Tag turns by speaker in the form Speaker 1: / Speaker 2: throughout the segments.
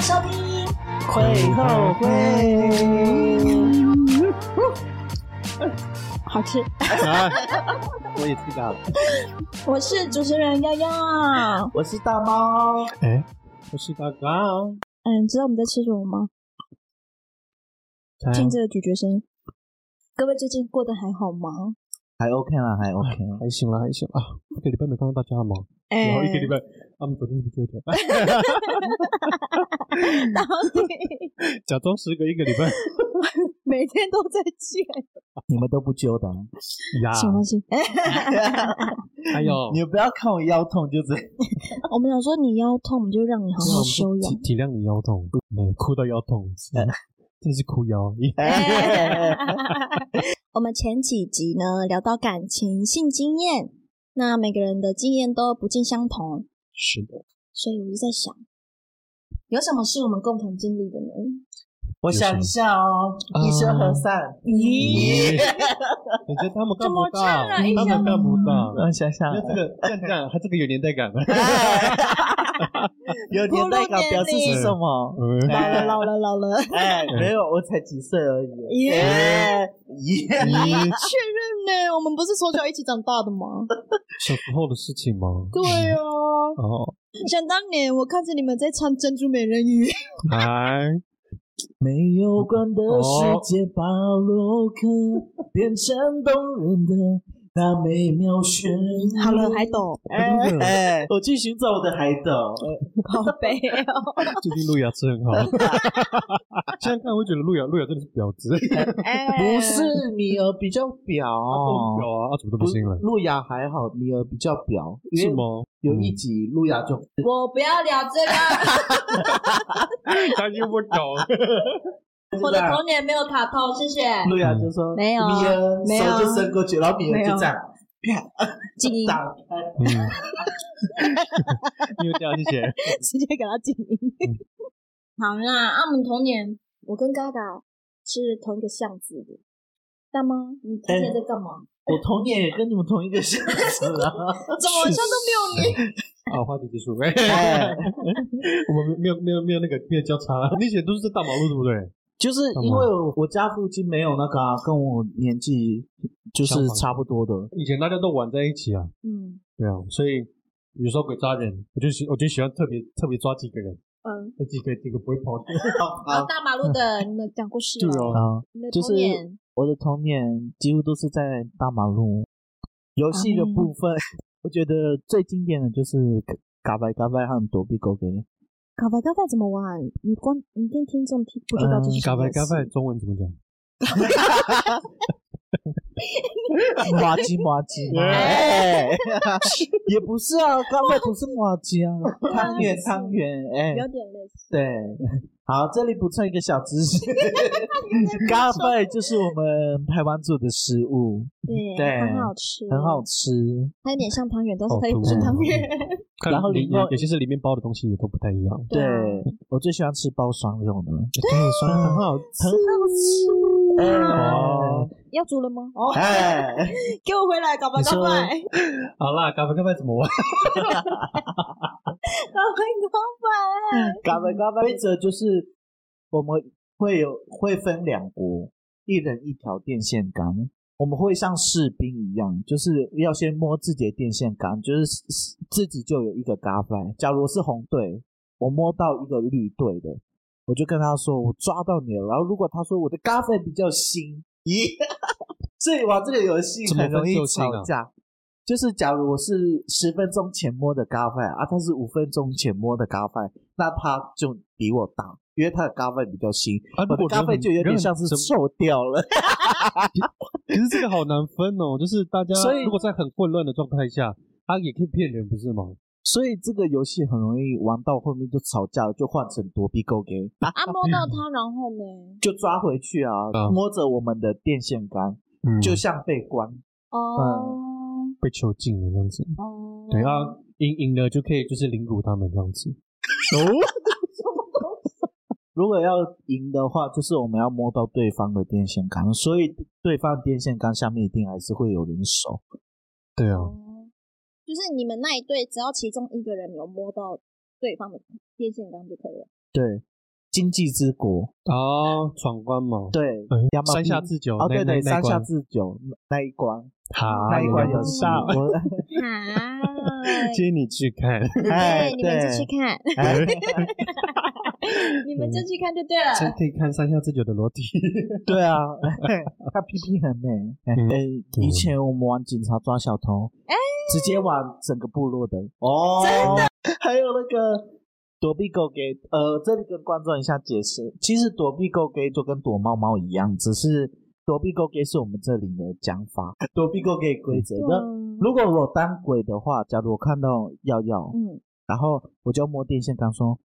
Speaker 1: 收听，会后悔。
Speaker 2: 好吃。
Speaker 3: 啊，我也听到了。
Speaker 2: 我是主持人丫丫。
Speaker 1: 我是大猫，
Speaker 3: 哎，我是刚刚。
Speaker 2: 嗯，知道我们在吃什么吗？
Speaker 3: 才
Speaker 2: 听这个咀嚼声。各位最近过得还好吗？
Speaker 1: 还 OK 啦，还 OK。
Speaker 3: 还行啦，还行啊。一个礼拜没看到大家了吗？
Speaker 2: 哎
Speaker 3: 然后一个礼拜，他们昨天是不是就拜，
Speaker 2: 然后你
Speaker 3: 假装时隔一个礼拜
Speaker 2: 每天都在见
Speaker 1: 你们都不揪的啊，
Speaker 3: 呀。
Speaker 2: 什么东西？哎，
Speaker 3: 哎呦，
Speaker 1: 你们不要看我腰痛，就是
Speaker 2: 我们想说你腰痛，我们就让你好好休养
Speaker 3: 体。体谅你腰痛，嗯，哭到腰痛，真是哭腰。
Speaker 2: 哎我们前几集呢聊到感情性经验，那每个人的经验都不尽相同，
Speaker 3: 是的，
Speaker 2: 所以我就在想，有什么是我们共同经历的呢？
Speaker 1: 我想一下哦，一生和散。咦，
Speaker 3: 人家他们干不到，
Speaker 2: 怎么这样
Speaker 3: 他们干不到。
Speaker 1: 我想想，
Speaker 3: 那这个这样这样，他这个有年代感吗？
Speaker 1: 有年代感表示是什么？
Speaker 3: 嗯
Speaker 2: 老了，老了，老了，
Speaker 1: 哎，没有，我才几岁而已。
Speaker 2: 耶
Speaker 1: 耶耶，
Speaker 3: 咦，
Speaker 2: 确认呢？我们不是从小一起长大的吗？
Speaker 3: 小时候的事情吗？
Speaker 2: 对哦，
Speaker 3: 哦，
Speaker 2: 想当年我看着你们在唱《珍珠美人鱼》，
Speaker 3: 哎，
Speaker 1: 没有光的世界，巴洛克变成动人的那美妙旋律。
Speaker 2: 好了，海斗，
Speaker 3: 真的
Speaker 1: 哎，我去寻找我的海斗。
Speaker 2: 好悲哦，
Speaker 3: 最近路亚吃 很好，现在看会觉得路亚路亚真的是婊子，
Speaker 2: 哎
Speaker 1: 不是米儿比较表，
Speaker 3: 婊啊，啊怎么都不行了，
Speaker 1: 路亚还好，米儿比较表，因
Speaker 3: 是
Speaker 1: 为
Speaker 3: 吗？
Speaker 1: 有一集路亚就
Speaker 2: 我不要聊这个，
Speaker 3: 他又不搞，
Speaker 1: 啊
Speaker 2: 我的童年没有卡通，谢谢。
Speaker 1: 路亚就说
Speaker 2: 没有啊
Speaker 1: 米儿
Speaker 2: 没有啊
Speaker 1: 手就伸过去，然后米儿就这样
Speaker 2: 静音，
Speaker 1: 打开，
Speaker 3: 嗯，又掉谢谢，
Speaker 2: 直接给他静音。好啦，啊，我们童年，我跟嘎嘎是同一个巷子的。大妈，你童年在干嘛？
Speaker 1: 我童年也跟你们同一个小时啊，
Speaker 2: 怎么好像都没有你？
Speaker 3: 啊，话题结束，哎，
Speaker 1: 哎
Speaker 3: 我们没有没有没有那个没有交叉，你以前都是在大马路对不对？
Speaker 1: 就是因为我家附近没有那个啊、跟我年纪就是差不 多的，
Speaker 3: 以前大家都玩在一起啊，
Speaker 2: 嗯
Speaker 3: 对啊，所以有时候鬼抓人，我就喜我就喜欢特别特别抓几个人，
Speaker 2: 嗯，
Speaker 3: 那几个几个不会跑的，
Speaker 2: 好，大马路的，你们讲故事
Speaker 3: 对
Speaker 2: 了。
Speaker 3: 哦，
Speaker 1: 啊，
Speaker 2: 你的
Speaker 1: 就
Speaker 2: 童
Speaker 1: 是
Speaker 2: 年，
Speaker 1: 我的童年几乎都是在大马路。游戏
Speaker 2: 嗯
Speaker 1: 的部分， 我觉得最经典的就是嘎白嘎白和躲避狗给。
Speaker 2: 嘎巴嘎巴怎么玩？你光你跟听众听不知道
Speaker 1: 嗯
Speaker 2: 这是什
Speaker 3: 嘎
Speaker 2: 么
Speaker 3: 拜
Speaker 2: 游戏
Speaker 3: 嘎拜，中文怎么讲？
Speaker 1: 麻吉麻吉嘛，
Speaker 3: 哎
Speaker 1: 哎，也不是啊，咖啡不是麻吉啊，汤圆汤圆，哎，
Speaker 2: 有点类 似。
Speaker 1: 对，好，这里补充一个小知识，咖啡就是我们台湾做的食物，
Speaker 2: 对，
Speaker 1: 对
Speaker 2: 很好吃，
Speaker 1: 很好，哦吃，
Speaker 2: 它有点像汤圆，但是它又
Speaker 3: 好
Speaker 2: 不是
Speaker 3: 毒
Speaker 2: 汤圆。
Speaker 3: 看
Speaker 1: 然后
Speaker 3: 里
Speaker 1: 里面
Speaker 3: 有有些是里面包的东西也都不太一样，
Speaker 1: 对
Speaker 2: 啊
Speaker 1: 我最喜欢吃包双肉的，
Speaker 3: 对，酸的很好
Speaker 1: 很好
Speaker 3: 哦
Speaker 1: 吃，
Speaker 2: 要煮了吗？哦，
Speaker 1: 哎，哎
Speaker 2: 给我回来，嘎巴
Speaker 1: 你
Speaker 2: 嘎
Speaker 1: 说
Speaker 2: 拜，
Speaker 3: 好啦，嘎巴嘎巴怎么 玩？
Speaker 2: 嘎巴嘎拜。
Speaker 1: 咖啡咖啡规则就是我们会有会分两国，一人一条电线杆。我们会像士兵一样，就是要先摸自己的电线杆，就是自己就有一个咖啡。假如是红队，我摸到一个绿队的，我就跟他说我抓到你了。然后如果他说我的咖啡比较新，咦， 所以玩这个游戏
Speaker 3: 怎么
Speaker 1: 很容易
Speaker 3: 分旧新啊
Speaker 1: 吵架。就是假如我是十分钟前摸的咖啡啊，他是五分钟前摸的咖啡，那他就比我大，因为他的咖啡比较新，
Speaker 3: 啊如
Speaker 1: 我的
Speaker 3: 果人
Speaker 1: 咖啡
Speaker 3: 很
Speaker 1: 就有
Speaker 3: 人
Speaker 1: 点像
Speaker 3: 很
Speaker 1: 是
Speaker 3: 什么
Speaker 1: 臭掉了。
Speaker 3: 可是这个好难分哦，就是大家
Speaker 1: 所以
Speaker 3: 如果在很混乱的状态下，他也可以骗人，不是吗？
Speaker 1: 所以这个游戏很容易玩到后面就吵架了，就换成躲避勾给，
Speaker 2: 啊，摸到它，然后呢？
Speaker 1: 就抓回去啊，
Speaker 3: 嗯
Speaker 1: 摸着我们的电线杆，
Speaker 3: 嗯
Speaker 1: 就像被关。
Speaker 2: 哦
Speaker 1: 嗯
Speaker 3: 被囚禁了这样子。
Speaker 2: 哦，
Speaker 3: 对啊，赢赢了就可以就是凌辱他们这样子。
Speaker 1: 如果要赢的话，就是我们要摸到对方的电线杆，所以对方的电线杆下面一定还是会有人守。
Speaker 3: 对啊，
Speaker 2: 哦，就是你们那一队，只要其中一个人有摸到对方的电线杆就可以了。
Speaker 1: 对，经济之国，
Speaker 3: 哦，闯关嘛，
Speaker 1: 对，
Speaker 3: 嗯
Speaker 1: 亚麻
Speaker 3: 山
Speaker 1: 地
Speaker 3: 下智久
Speaker 1: 哦
Speaker 3: 那
Speaker 1: 对
Speaker 3: 那
Speaker 1: 对，
Speaker 3: 那
Speaker 1: 三
Speaker 3: 关
Speaker 1: 下智久那一关，
Speaker 3: 好，
Speaker 1: 啊那一关有
Speaker 2: 戏
Speaker 1: 大我，
Speaker 2: 嗨，
Speaker 3: 接你去看，
Speaker 1: 哎，
Speaker 2: 对， 你们就去
Speaker 1: 对，
Speaker 2: 看，
Speaker 1: 哎
Speaker 2: 你们就去看就对了。
Speaker 3: 真可以看山下智久的裸体。
Speaker 1: 对啊，他屁屁很美。哎、
Speaker 3: 嗯
Speaker 1: 以前我们玩警察抓小偷，
Speaker 2: 哎
Speaker 1: 直接玩整个部落的哦，真的。还有那个躲避狗给呃，这里跟观众一下解释，其实躲避狗给就跟躲猫猫一样，只是躲避狗给是我们这里的讲法，躲避狗给规则。那、
Speaker 2: 嗯
Speaker 1: 如果我当鬼的话，假如我看到耀耀，
Speaker 2: 嗯，
Speaker 1: 然后我就摸电线杆说，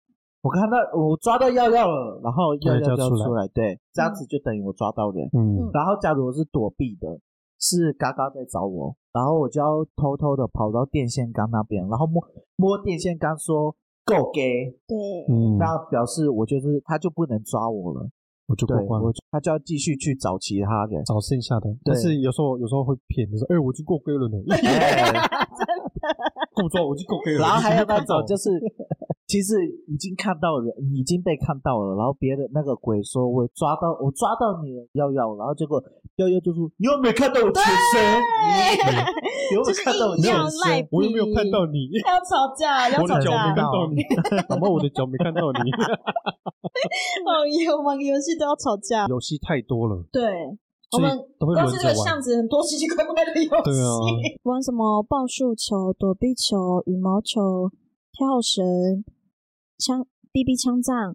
Speaker 1: 我看到我抓到耀耀了，然后
Speaker 3: 对
Speaker 1: 耀耀
Speaker 3: 就
Speaker 1: 就要
Speaker 3: 出来
Speaker 1: 出来，对，这样子就等于我抓到人。
Speaker 3: 嗯，
Speaker 1: 然后假如我是躲避的，是嘎嘎在找我，然后我就要偷偷的跑到电线杆那边，然后摸摸电线杆说够给，
Speaker 2: 对，
Speaker 3: 嗯，
Speaker 1: 那表示我就是他就不能抓我了，
Speaker 3: 我就
Speaker 1: 对
Speaker 3: 过关。
Speaker 1: 我他就要继续去找其他人
Speaker 3: 找剩下的，但是有时候有时候会骗，就是哎，我去过龟 了呢，
Speaker 1: 哎
Speaker 3: 够抓，我去过龟了。
Speaker 1: 然后还有那种 就是是， 其实已经看到人，已经被看到了，然后别的那个鬼说：“我抓到，我抓到你了，耀耀。”然后结果耀耀就说：“你有没有看到我全身？你有没有看到我
Speaker 2: 就是
Speaker 1: 全
Speaker 2: 硬要
Speaker 1: 身？”
Speaker 2: 赖
Speaker 3: 我又没有看到你，
Speaker 2: 要吵架，要
Speaker 3: 我
Speaker 2: 吵
Speaker 3: 的脚没
Speaker 2: 架
Speaker 3: 看，到你， 怎么我的脚没看到你？
Speaker 2: 网游玩个游戏都要吵架。
Speaker 3: 游戏太多了，
Speaker 2: 对，我
Speaker 3: 所以
Speaker 2: 们
Speaker 3: 都会
Speaker 2: 光
Speaker 3: 轮
Speaker 2: 是
Speaker 3: 着
Speaker 2: 这个
Speaker 3: 玩
Speaker 2: 巷。子很多奇奇怪怪的游戏，
Speaker 3: 对啊，
Speaker 2: 玩什么棒球球、躲避球、羽毛球、跳绳、枪 BB 枪战，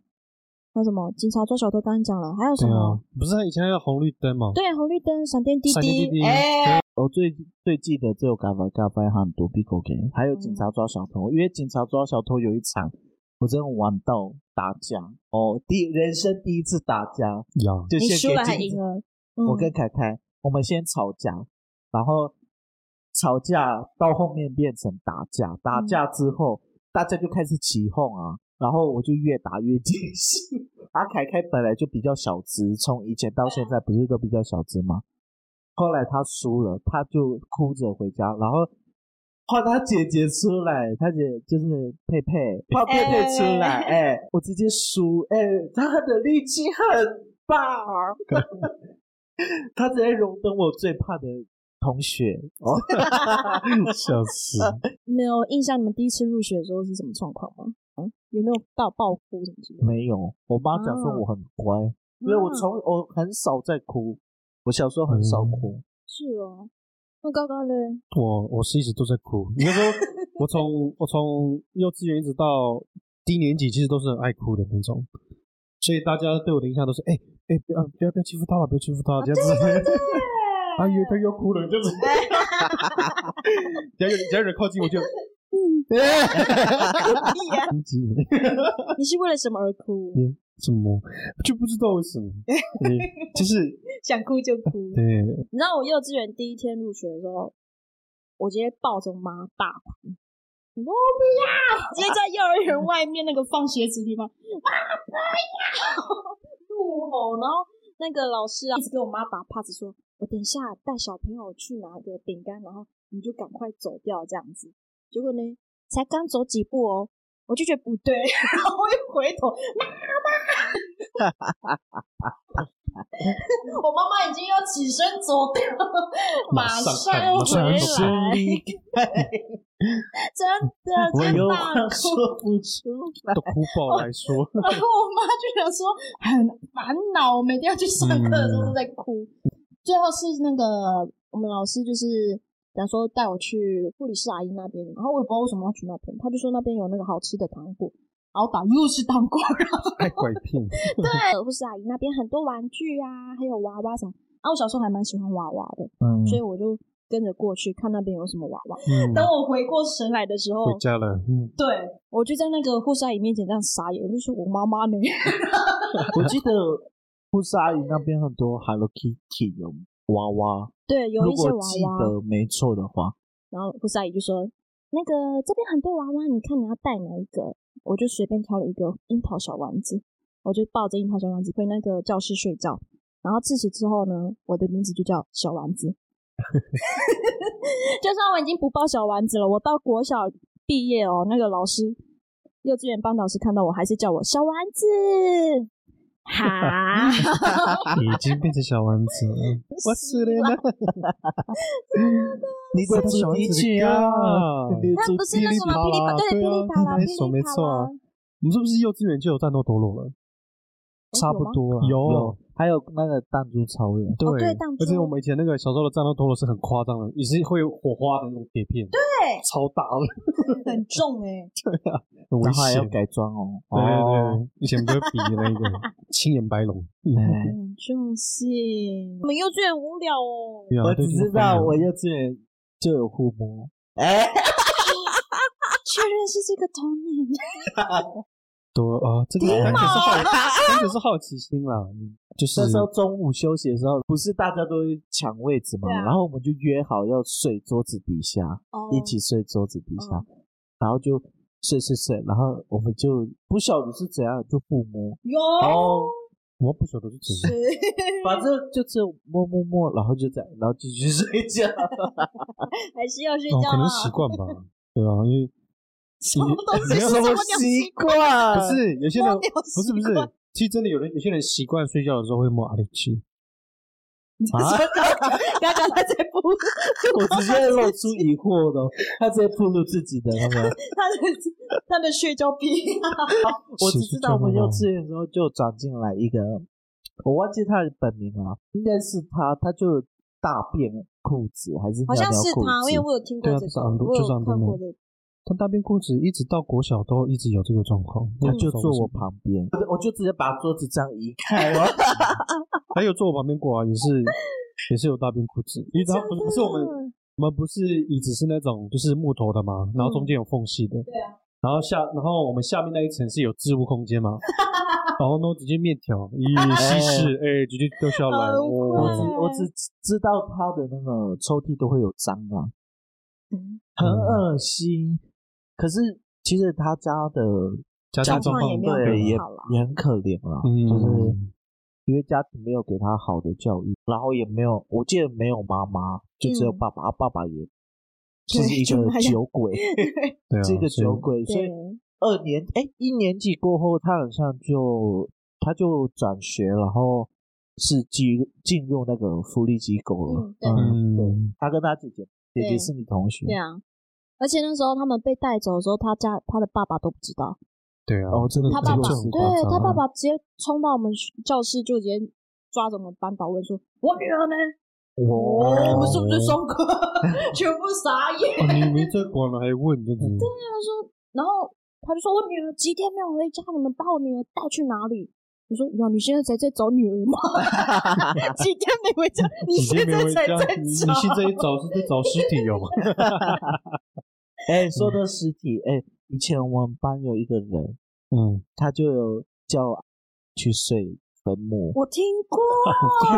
Speaker 2: 还有什么警察抓小偷，刚刚讲了，还有什
Speaker 3: 对
Speaker 2: 么
Speaker 3: 啊？，不是他以前还有红绿灯嘛？
Speaker 2: 对，啊红绿灯、闪电滴
Speaker 3: 闪电滴滴
Speaker 2: 滴，哎，
Speaker 1: 我最最记得只有《嘎巴嘎巴》和《躲避狗给》，还有《警察抓小偷》因为《警察抓小偷》有一场，我真的玩到打架哦，第人生第一次打架，
Speaker 3: 呀，
Speaker 1: 就
Speaker 2: 你
Speaker 1: 先
Speaker 2: 输了还
Speaker 1: 给金
Speaker 2: 赢
Speaker 1: 子。
Speaker 2: 了，
Speaker 1: 我
Speaker 2: 嗯
Speaker 1: 跟凯凯，我们先吵架，然后吵架到后面变成打架，打架之后、大家就开始起哄啊，然后我就越打越尽兴。 啊，凯凯本来就比较小资，从以前到现在不是都比较小资吗？后来他输了，他就哭着回家，然后换他姐姐出来，他姐就是佩佩，换佩佩出来，哎、我直接输，哎、他的力气很棒，他直接荣登我最怕的同学，哦，
Speaker 3: 笑 死！
Speaker 2: 没有印象，你们第一次入学的时候是什么状况吗？嗯，有没有到爆哭什么之类的？啊
Speaker 1: 没有，我妈讲说我很乖，因为我从我很少在哭，我小时候很少哭，
Speaker 2: 是哦，那高高嘞，
Speaker 3: 我我是一直都在哭。你那 时候，我从我从幼稚园一直到低年级，其实都是很爱哭的那种，所以大家对我的印象都是，哎、哎、不要不要不要欺负他了，不要欺负他，这样子。啊，又 他又哭了， 这样子。只要有只要有人靠近我就，
Speaker 2: 嗯，
Speaker 3: 攻击你，
Speaker 2: 啊你是为了什么而哭？
Speaker 3: 什么 就不知道为什么，嗯就是
Speaker 2: 想哭就哭。
Speaker 3: 对，
Speaker 2: 你知道我幼稚园第一天入学的时候，我直接抱着我妈大哭，我说我不要，直接在幼儿园外面那个放鞋子的地方，妈不要，怒吼，然后那个老师啊一直给我妈把帕子说，我等一下带小朋友去拿个饼干，然后你就赶快走掉这样子。结果呢，才刚走几步哦。我就觉得不对，然后我又回头， 我妈妈已经要起身走掉了，
Speaker 3: 马上
Speaker 2: 上
Speaker 3: 马上
Speaker 2: 回来，
Speaker 3: 走
Speaker 2: 真的
Speaker 3: 我
Speaker 2: 真
Speaker 3: 有
Speaker 2: 的
Speaker 1: 话说不出来。
Speaker 3: 都哭爆来说，
Speaker 2: 然后我妈就想说很烦恼，我每天要去上课的时候都在哭。最后是那个我们老师就是想说带我去护理师阿姨那边，然后我也不知道为什么要去那边，他就说那边有那个好吃的糖果，然后打又是糖果，然后
Speaker 3: 爱拐骗，
Speaker 2: 对护士阿姨那边很多玩具啊，还有娃娃什么。啊，我小时候还蛮喜欢娃娃的，
Speaker 1: 嗯，
Speaker 2: 所以我就跟着过去看那边有什么娃娃。
Speaker 3: 嗯，
Speaker 2: 等我回过神来的时候，
Speaker 3: 回家了，嗯，
Speaker 2: 对我就在那个护士阿姨面前这样傻眼，我就说我妈妈呢？
Speaker 1: 我记得布莎姨那边很多 Hello Kitty 有娃娃，
Speaker 2: 对，有
Speaker 1: 如
Speaker 2: 一些
Speaker 1: 果
Speaker 2: 娃
Speaker 1: 记
Speaker 2: 娃。
Speaker 1: 得没错 的话，
Speaker 2: 然后护士阿姨就说：“那个这边很多娃娃，你看你要带哪一个？”我就随便挑了一个樱桃小丸子，我就抱着樱桃小丸子回那个教室睡觉。然后自此之后呢，我的名字就叫小丸 子。就算我已经不抱小丸子了，我到国小毕业哦，那个老师幼稚园班导师看到我，还是叫我小丸 子。哈，
Speaker 3: 已经变成小丸子 了。我 是 了，
Speaker 1: 你的主题曲啊，
Speaker 3: 真的
Speaker 1: 你的
Speaker 2: 那
Speaker 1: 主
Speaker 2: 不是
Speaker 1: 题
Speaker 2: 那什么
Speaker 3: 噼
Speaker 2: 噼
Speaker 3: 里
Speaker 2: 里啪
Speaker 3: 啪啦
Speaker 2: 啦，对
Speaker 3: 对
Speaker 2: 噼
Speaker 3: 啊
Speaker 2: 里啪啦，
Speaker 3: 没
Speaker 2: 噼里
Speaker 3: 错没
Speaker 2: 啪
Speaker 3: 错啊
Speaker 2: 啦，
Speaker 3: 我们是不是幼稚园就有战斗陀螺了？
Speaker 1: 差不多啊
Speaker 3: 有
Speaker 1: 有，还有那个弹珠超人，
Speaker 3: 哦对，
Speaker 2: 对弹珠
Speaker 3: 而且我们以前那个小时候的战斗陀螺是很夸张的，也是会有火花的那种铁片，对，超大 的，
Speaker 2: 很重哎，
Speaker 3: 很危
Speaker 1: 然后还
Speaker 3: 险
Speaker 1: 要。改装哦。
Speaker 3: 对对
Speaker 1: 哦，
Speaker 3: 对，以前不是比那个 青眼白龙，嗯
Speaker 1: 哎
Speaker 2: 很重性。我们幼稚园无聊哦，
Speaker 3: 对啊
Speaker 1: 我
Speaker 3: 都已
Speaker 1: 只
Speaker 3: 经
Speaker 1: 知
Speaker 3: 分
Speaker 1: 道
Speaker 3: 了
Speaker 1: 我幼稚园就有互摸。哎，
Speaker 2: 啊确认是这个童 年。
Speaker 3: 多啊，这个完全是好，完全是好奇心啦，嗯就是
Speaker 1: 那时候中午休息的时候，不是大家都会抢位置嘛，
Speaker 2: 对啊
Speaker 1: 然后我们就约好要睡桌子底下，
Speaker 2: 哦
Speaker 1: 一起睡桌子底下
Speaker 2: 嗯，
Speaker 1: 然后就睡睡睡，然后我们就不晓得是怎样就互摸，
Speaker 2: 有
Speaker 1: 然
Speaker 3: 哦
Speaker 1: 后
Speaker 3: 我不晓得是怎
Speaker 2: 是
Speaker 3: 样，
Speaker 1: 反正就只有摸摸摸，然后就这样，然后继续睡觉。
Speaker 2: 还是要睡
Speaker 3: 哦
Speaker 2: 觉啊，
Speaker 3: 可能习惯 吧，对啊，因为
Speaker 2: 什么东西
Speaker 1: 没 有什么
Speaker 2: 什么鸟
Speaker 1: 习
Speaker 2: 习
Speaker 1: 惯，
Speaker 3: 不是有些人
Speaker 2: 蜗牛
Speaker 3: 不是不是
Speaker 2: 习惯，
Speaker 3: 其实真的有人有些人习惯睡觉的时候会摸阿里奇，
Speaker 1: 啊，
Speaker 2: 刚刚他在不，
Speaker 1: 我直接露出疑惑的哦，他直接暴露自己的那个。
Speaker 2: 他的他的睡觉癖啊，
Speaker 1: 我只知道我们幼稚园的时候就转进来一个，我忘记他的本名了，应该是他，他就大便裤子还是
Speaker 2: 好
Speaker 1: 尿
Speaker 2: 像
Speaker 1: 尿
Speaker 2: 是
Speaker 1: 裤
Speaker 2: 他，因为
Speaker 1: 子，
Speaker 2: 我有听过
Speaker 3: 对啊，
Speaker 2: 这
Speaker 3: 就是
Speaker 2: 个，
Speaker 3: 安都，
Speaker 2: 我
Speaker 3: 就是安
Speaker 2: 有
Speaker 3: 都
Speaker 2: 看
Speaker 3: 妹
Speaker 2: 过的。
Speaker 3: 他大便裤子一直到国小都一直有这个状况，
Speaker 1: 他嗯就坐我，旁边，我就直接把桌子这样移 开了。
Speaker 3: 还有坐我旁边过啊，也是也是有大便裤子，因为他不是不是我们我们不是椅子是那种就是木头的嘛，然后中间有缝隙的，
Speaker 2: 对啊，
Speaker 3: 然后下然后我们下面那一层是有置物空 间嘛，然后呢直接面条咦西式哎直接掉下来，
Speaker 2: 好
Speaker 3: 我
Speaker 1: 我
Speaker 2: 酷
Speaker 1: 只我只知道他的那个抽屉都会有蟑螂，
Speaker 2: 嗯
Speaker 1: 很恶心。可是其实他家的
Speaker 3: 家
Speaker 2: 家
Speaker 3: 庭状
Speaker 2: 况也
Speaker 3: 况
Speaker 2: 没有
Speaker 1: 对
Speaker 2: 很
Speaker 1: 也
Speaker 2: 好啦
Speaker 1: 也很可怜啦，就是
Speaker 3: 嗯
Speaker 1: 因为家庭没有给他好的教育，然后也没有，我记得没有妈妈，就只有爸爸，啊爸 爸也就是一
Speaker 2: 嗯就
Speaker 1: 个
Speaker 2: 那样
Speaker 1: 酒 鬼，
Speaker 3: 对啊
Speaker 1: 是一个
Speaker 3: 所以
Speaker 1: 酒鬼，所以
Speaker 2: 对，
Speaker 1: 二年哎一年级过后，他好像就他就转学，然后是进进入那个福利机构了，
Speaker 2: 嗯，对
Speaker 3: 嗯
Speaker 1: 他跟他姐姐，姐姐
Speaker 2: 对
Speaker 1: 是你同学
Speaker 2: 对，啊。而且那时候他们被带走的时候，他家他的爸爸都不知道，
Speaker 3: 对啊，
Speaker 1: 哦真的
Speaker 2: 他爸爸
Speaker 1: 这个
Speaker 3: 就
Speaker 1: 就
Speaker 3: 很
Speaker 1: 很
Speaker 2: 对
Speaker 3: 夸张啊
Speaker 2: 他爸爸直接冲到我们教室，就直接抓着我们班导问说：“我女儿呢？
Speaker 1: 哦
Speaker 2: 我哦们是不是双课？全部傻眼。”
Speaker 3: 哦你没在管了还问这样子，
Speaker 2: 他说，然后他就说我女儿几天没有回家，你们把我女儿带去哪里？我说呀，你现在才在找女儿吗？ 几天没回家，你
Speaker 3: 你
Speaker 2: 现
Speaker 3: 没
Speaker 2: 在
Speaker 3: 回
Speaker 2: 才
Speaker 3: 家
Speaker 2: 在，
Speaker 3: 你你
Speaker 2: 找？
Speaker 3: 现在一找是在找尸体哦。
Speaker 1: 哎说到尸体，哎以前我们班有一个人，
Speaker 3: 嗯，
Speaker 1: 他就有叫去睡坟墓，，
Speaker 2: 我听 过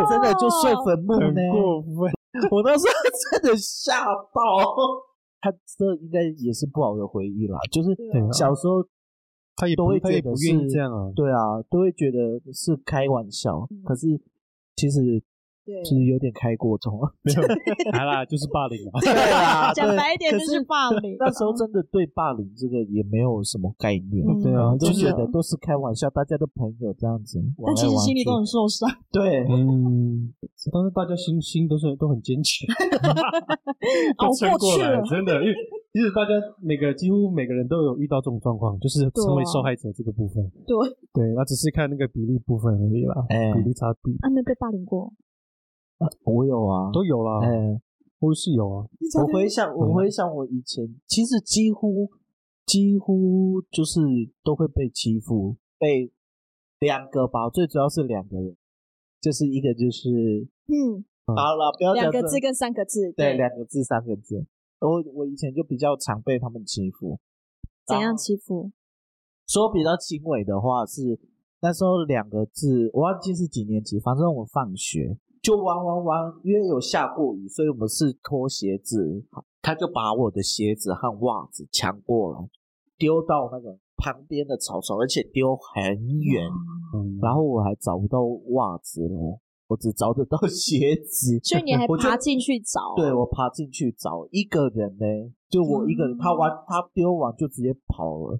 Speaker 1: 真的
Speaker 2: 哦
Speaker 1: 就睡坟墓
Speaker 3: 很
Speaker 1: 呢。
Speaker 3: 过分。
Speaker 1: 我当时真的吓到， 他这应该也是不好的回忆啦。就是
Speaker 2: 对
Speaker 3: 啊
Speaker 1: 小时候，
Speaker 3: 他也
Speaker 1: 都
Speaker 3: 不
Speaker 1: 会
Speaker 3: 他也
Speaker 1: 觉得
Speaker 3: 不愿意
Speaker 1: 是
Speaker 3: 这样啊。
Speaker 1: 对啊，都会觉得是开玩笑，
Speaker 2: 嗯
Speaker 1: 可是其实
Speaker 2: 对
Speaker 1: 其实有点开过头了。
Speaker 3: 没有， 来啦，就是霸凌啊。
Speaker 1: 对啊，
Speaker 2: 讲
Speaker 1: 对
Speaker 2: 白一点
Speaker 1: 可
Speaker 2: 就是霸凌。
Speaker 1: 那时候真的对霸凌这个也没有什么概念，
Speaker 2: 嗯
Speaker 3: 对啊
Speaker 1: 就
Speaker 3: 就是
Speaker 1: 觉得都是开玩笑，大家都朋友这样子玩
Speaker 2: 但
Speaker 1: 来玩去。
Speaker 2: 其实心里都很受伤。
Speaker 1: 对，
Speaker 3: 嗯，但是大家心心都是都很坚强，
Speaker 2: 熬 过
Speaker 3: 都撑过
Speaker 2: 去
Speaker 3: 来
Speaker 2: 了，
Speaker 3: 真 的。因为其实大家每个几乎每个人都有遇到这种状况，就是
Speaker 2: 对啊
Speaker 3: 成为受害者这个部分。
Speaker 2: 对，
Speaker 3: 对，那只是看那个比例部分而已啦，
Speaker 1: 哎
Speaker 3: 比例差比
Speaker 2: 啊，没被霸凌过，
Speaker 1: 我有啊，
Speaker 3: 都有啦，
Speaker 1: 哎，
Speaker 3: 我是有啊。
Speaker 1: 我回想，我回想我以前，其实几乎几乎就是都会被欺负，被两个吧，最主要是两个人，就是一个就是
Speaker 2: 嗯，
Speaker 1: 好了，不要讲
Speaker 2: 两个
Speaker 1: 这
Speaker 2: 字跟三个字，
Speaker 1: 对两个字三个字，我我以前就比较常被他们欺负，
Speaker 2: 怎
Speaker 1: 然
Speaker 2: 样
Speaker 1: 后
Speaker 2: 欺负？
Speaker 1: 说比较轻微的话是那时候两个字，我忘记是几年级，反正我们放学就玩玩玩，因为有下过雨，所以我们是脱鞋子，他就把我的鞋子和袜子抢过来，丢到那个旁边的草丛，而且丢很远，
Speaker 3: 嗯，
Speaker 1: 然后我还找不到袜子了，我只找得到鞋子，
Speaker 2: 所以你还
Speaker 1: 我就
Speaker 2: 爬进去找？
Speaker 1: 对，我爬进去
Speaker 2: 嗯
Speaker 1: 找一个人呢，就我一个人，他玩他丢完就直接跑了，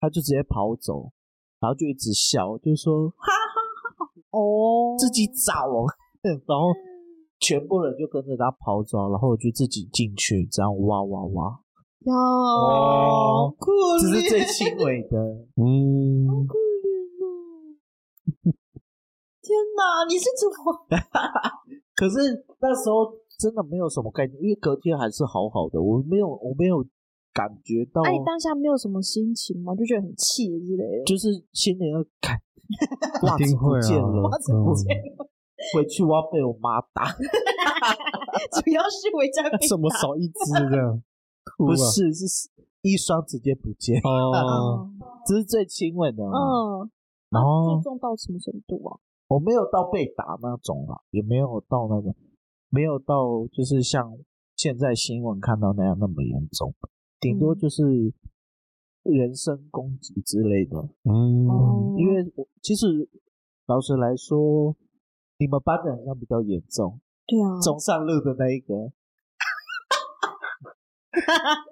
Speaker 1: 他就直接跑走，然后就一直笑，就说
Speaker 2: 哦，
Speaker 1: 自己找哦， 然后全部人就跟着他跑走，啊然后我就自己进去这样挖挖挖，
Speaker 2: 要
Speaker 3: 哦
Speaker 2: 可
Speaker 1: 这是最
Speaker 2: 怜，
Speaker 1: 轻微的。
Speaker 3: 嗯
Speaker 2: 好，可怜哦！天哪，你是怎 么？
Speaker 1: 可是那时候真的没有什么概念，因为隔天还是好好的，我没有我没有感觉到，
Speaker 2: 那啊你哎当下没有什么心情吗？就觉得很气之类的？
Speaker 1: 就是心里要 感。袜
Speaker 3: 一
Speaker 1: 子
Speaker 3: 定
Speaker 1: 不
Speaker 3: 会
Speaker 1: 见
Speaker 3: 啊
Speaker 1: 了，
Speaker 2: 袜子不见
Speaker 1: 了，回去我要被我妈打。
Speaker 2: 主要是围在被
Speaker 3: 怎么
Speaker 2: 打
Speaker 3: 少一只这 样？哭
Speaker 1: 不
Speaker 3: 啊
Speaker 1: 是，是一双直接不见，
Speaker 3: 哦，
Speaker 2: 嗯
Speaker 1: 这是最轻微的啊。
Speaker 2: 嗯，
Speaker 1: 然后
Speaker 2: 最重到什么程度啊？
Speaker 1: 我没有到被打那种啦，也没有到那种，没有到就是像现在新闻看到那样那么严重，顶多
Speaker 2: 嗯
Speaker 1: 就是人身攻击之类的。
Speaker 3: 嗯，
Speaker 2: 哦，
Speaker 1: 因为我其实老实来说，你们班的好像比较严重，
Speaker 2: 对
Speaker 3: 嗯
Speaker 2: 啊，
Speaker 1: 中上路的那一个，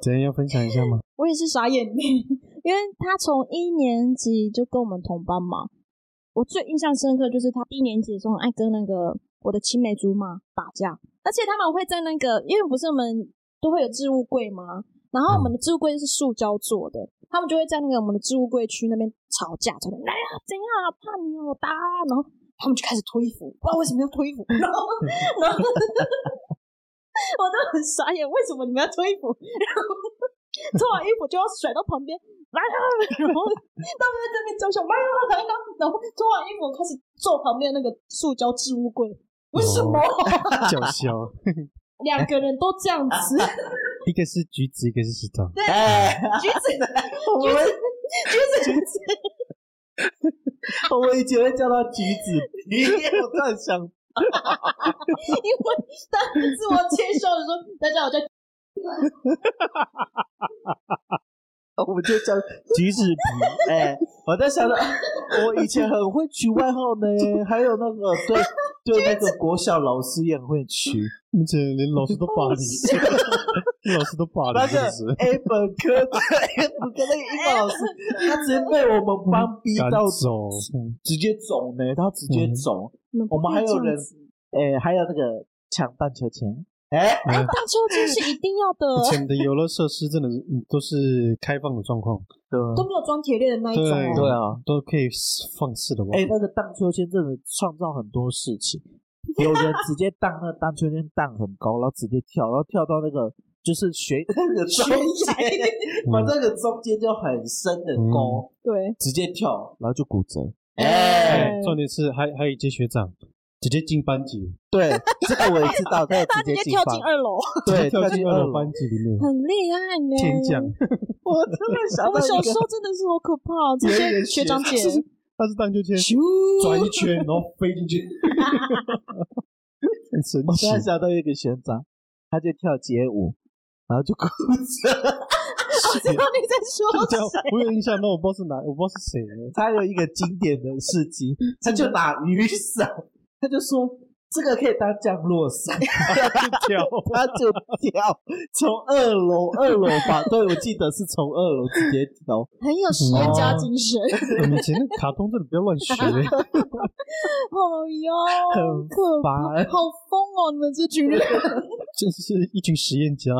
Speaker 3: 怎样要分享一 下吗？
Speaker 2: 我也是傻眼妹， 因为他从一年级就跟我们同班嘛。我最印象深刻就是他一年级的时候很爱跟那个我的青梅竹马打架，而且他们会在那个，因为不是我们都会有置物柜吗？然后我们的置物柜是塑胶做的，他们就会在那个我们的置物柜区那边吵架，吵架来啊怎样啊，怕你我打啊，然后他们就开始脱衣服，不知道为什么要脱衣服，然后然后 我都很傻眼，为什么你们要脱衣服？然后脱完衣服就要甩到旁边，来啊！然后他们在那边叫嚣，来啊来啊！然后脱完衣服开始坐旁边那个塑胶置物柜，为什么？
Speaker 3: 叫嚣，
Speaker 2: 两个人都这样 子，
Speaker 3: 一个是橘子，一个是石头。
Speaker 1: 哎，
Speaker 2: 橘子，
Speaker 1: 我们
Speaker 2: 橘子，橘子，
Speaker 1: 我以前会叫他橘子皮，我突然想
Speaker 2: 因为当你自我介绍的时候，大家好像
Speaker 1: 我们就叫橘子皮。哎、我在想着，我以前很会取外号呢，还有那个对对那个国小老师也很会取，
Speaker 3: 目前连老师都霸凌，老师都霸
Speaker 1: 那
Speaker 3: 凌，
Speaker 1: 个
Speaker 3: 是不是？
Speaker 1: A 哎本科的 A 本科那个英文老师，他直接被我们班逼
Speaker 3: 赶
Speaker 1: 到
Speaker 3: 走，
Speaker 1: 直接走呢，他直接走。我们还有人，哎、还有那个抢荡秋千，哎、
Speaker 3: 哎
Speaker 2: 荡秋千是一定 要
Speaker 3: 以
Speaker 2: 的，
Speaker 3: 前的游乐设施真的是嗯都是开放的状况，
Speaker 1: 对
Speaker 2: 都没有装铁链的那一种
Speaker 3: 对
Speaker 1: 对
Speaker 2: 哦。
Speaker 1: 啊，
Speaker 3: 都可以放肆的
Speaker 1: 哎、
Speaker 3: 玩。
Speaker 1: 那个荡秋千真的创造很多事情，有人直接荡那个荡秋千荡很高，然后直接跳，然后跳到那个就是悬那个中
Speaker 2: 悬
Speaker 1: 间， 把那个中间就很深的沟、
Speaker 2: 对，
Speaker 1: 直接跳，然后就骨折。
Speaker 2: 哎
Speaker 1: 嗯哎、
Speaker 3: 哎，重点是还还有一届学长直接进班级，
Speaker 1: 对，这个我也知道，他也
Speaker 2: 他
Speaker 1: 直
Speaker 2: 直接
Speaker 1: 进
Speaker 2: 跳
Speaker 1: 房
Speaker 2: 进，二 楼，
Speaker 1: 对，
Speaker 3: 跳
Speaker 1: 跳
Speaker 3: 进
Speaker 1: 进
Speaker 3: 二
Speaker 1: 二
Speaker 3: 楼班嗯级里面，
Speaker 2: 很厉害呢。
Speaker 3: 天降，
Speaker 1: 我真的想
Speaker 2: 我
Speaker 1: 到
Speaker 2: 小
Speaker 1: 一
Speaker 2: 时
Speaker 1: 个
Speaker 2: 候真的是好可怕哦，这
Speaker 3: 有一
Speaker 2: 些
Speaker 3: 点
Speaker 2: 学长姐
Speaker 3: 血他是荡秋千 转一圈，然后飞进去，很神
Speaker 1: 我
Speaker 3: 奇
Speaker 1: 突。然想到一个学长，他就跳街舞，然后就骨 折。
Speaker 2: 知道你在 说
Speaker 3: 对啊
Speaker 2: 谁？
Speaker 3: 我有印象，但我不知道是哪，我不知道是谁了。
Speaker 1: 他有一个经典的事迹，
Speaker 2: 嗯
Speaker 1: 他就拿雨伞，他就说这个可以当降落 伞，
Speaker 3: 跳，
Speaker 1: 他就跳从二楼二楼吧，对我记得是从二楼直接 跳，
Speaker 2: 很有实验家精神。
Speaker 1: 嗯
Speaker 3: 我嗯们以前那卡通真的不要乱学。
Speaker 2: 哦哟，
Speaker 1: 很
Speaker 2: 可怕，
Speaker 1: 烦
Speaker 2: 好疯哦！你们这群人，
Speaker 3: 真是一群实验家。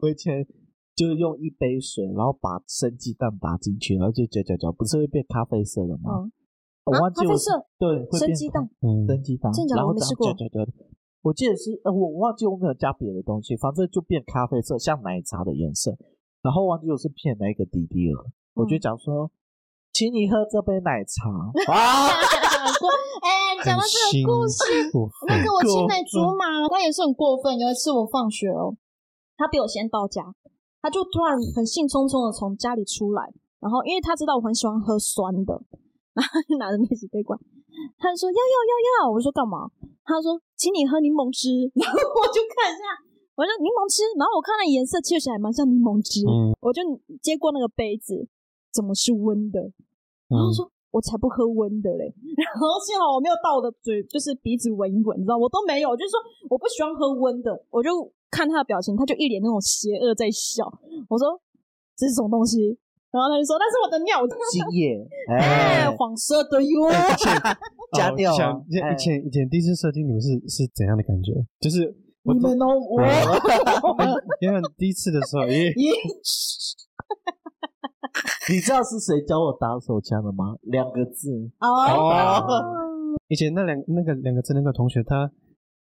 Speaker 1: 我以前。就用一杯水，然后把生鸡蛋打进去，然后就搅搅搅，不是会变咖啡色的 吗？
Speaker 2: 嗯
Speaker 1: 我
Speaker 2: 啊
Speaker 1: 忘记
Speaker 2: 咖
Speaker 1: 我
Speaker 2: 啡色
Speaker 1: 对会
Speaker 2: 生
Speaker 1: 变
Speaker 2: 鸡
Speaker 1: 咖
Speaker 2: 蛋，
Speaker 3: 嗯
Speaker 1: 生鸡蛋
Speaker 2: 真，假的
Speaker 1: 然后
Speaker 2: 我没
Speaker 1: 这样
Speaker 2: 试过
Speaker 1: 搅搅搅的。我记得是，呃，我我忘记我没有加别的东西，反正就变咖啡色，像奶茶的颜色。然后忘记我是骗那个弟弟了，我就讲说，请你喝这杯奶茶。啊，
Speaker 2: 哎， 讲到这个故事，
Speaker 3: 过
Speaker 2: 那
Speaker 3: 分
Speaker 2: 个我青梅竹马，哦他也是很过分。有一次我放学哦，他比我先到家，他就突然很兴冲冲的从家里出来，然后因为他知道我很喜欢喝酸的，然后就拿着那几杯罐，他就说要要要要，我说干嘛？他说请你喝柠檬汁， 然后我就看一下，我说柠檬汁，然后我看那颜色确实还蛮像柠檬汁，
Speaker 3: 嗯
Speaker 2: 我就接过那个杯子，怎么是温的？然后
Speaker 3: 嗯，
Speaker 2: 说。 我才不喝温的嘞， 然后幸好我没有到我的嘴，就是鼻子闻一闻，你知道我都没有，我就是说我不喜欢喝温的，我就看他的表情，他就一脸那种邪恶在笑。我说这是什么东西？然后他就说：“但是我的尿，我
Speaker 1: 精液，
Speaker 2: 哎
Speaker 1: 哎，
Speaker 2: 黄色的哟。
Speaker 3: 哎
Speaker 1: 加
Speaker 3: 哦
Speaker 1: 掉啊
Speaker 3: 想以前
Speaker 1: 哎
Speaker 3: 以前以前第一次射精，你们是是怎样的感觉？就是我哎
Speaker 2: 你们哦，我
Speaker 3: 原本第一次的时候，咦，
Speaker 2: 咦，
Speaker 1: 你知道是谁教我打手枪的吗？两个字，
Speaker 2: 哦，
Speaker 3: 以前那两那个两个真那个同学，他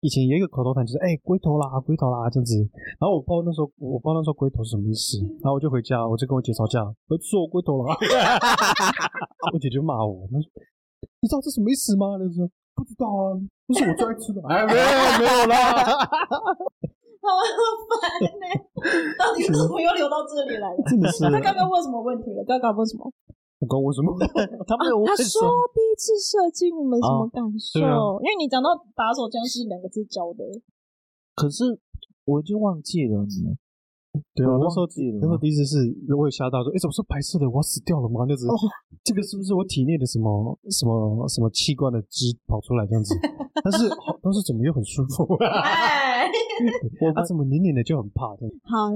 Speaker 3: 以前有一个口头禅，就是哎、龟头啦，龟头啦这样子。然后我不知道那时候，我不知道那时候龟头是什么意思。然后我就回家，我就跟我姐吵架，我就说我龟 头啦，我姐就骂我，她说你知道这什么意思吗？她就说不知 道啊，这是我最爱吃的。哎，没有没有啦，
Speaker 2: 好烦呢！到底为什么又流到这里来了？
Speaker 3: 真的是
Speaker 2: 他刚刚问什么问题了？刚刚问什么？
Speaker 3: 我刚问什 么？
Speaker 1: 他没有问
Speaker 2: 啊他
Speaker 1: 什
Speaker 2: 说
Speaker 1: 么，
Speaker 2: 第一次射精，我们什么
Speaker 1: 哦
Speaker 2: 感受？
Speaker 3: 对啊
Speaker 2: 因为你讲到打手枪是两个字教 的，
Speaker 1: 可是我就忘记了你。
Speaker 3: 对啊，
Speaker 1: 我
Speaker 3: 那时候
Speaker 1: 忘记了
Speaker 3: 那时候第一次是我也吓到说，哎、怎么是白色的？我要死掉了吗？那只、
Speaker 1: 哦
Speaker 3: 这个是不是我体内的什么什么什么器官的汁跑出来这样子？但 是好，但是怎么又很舒服？
Speaker 2: 哎，
Speaker 3: 我啊，怎么黏黏的就很怕这样？
Speaker 2: 好，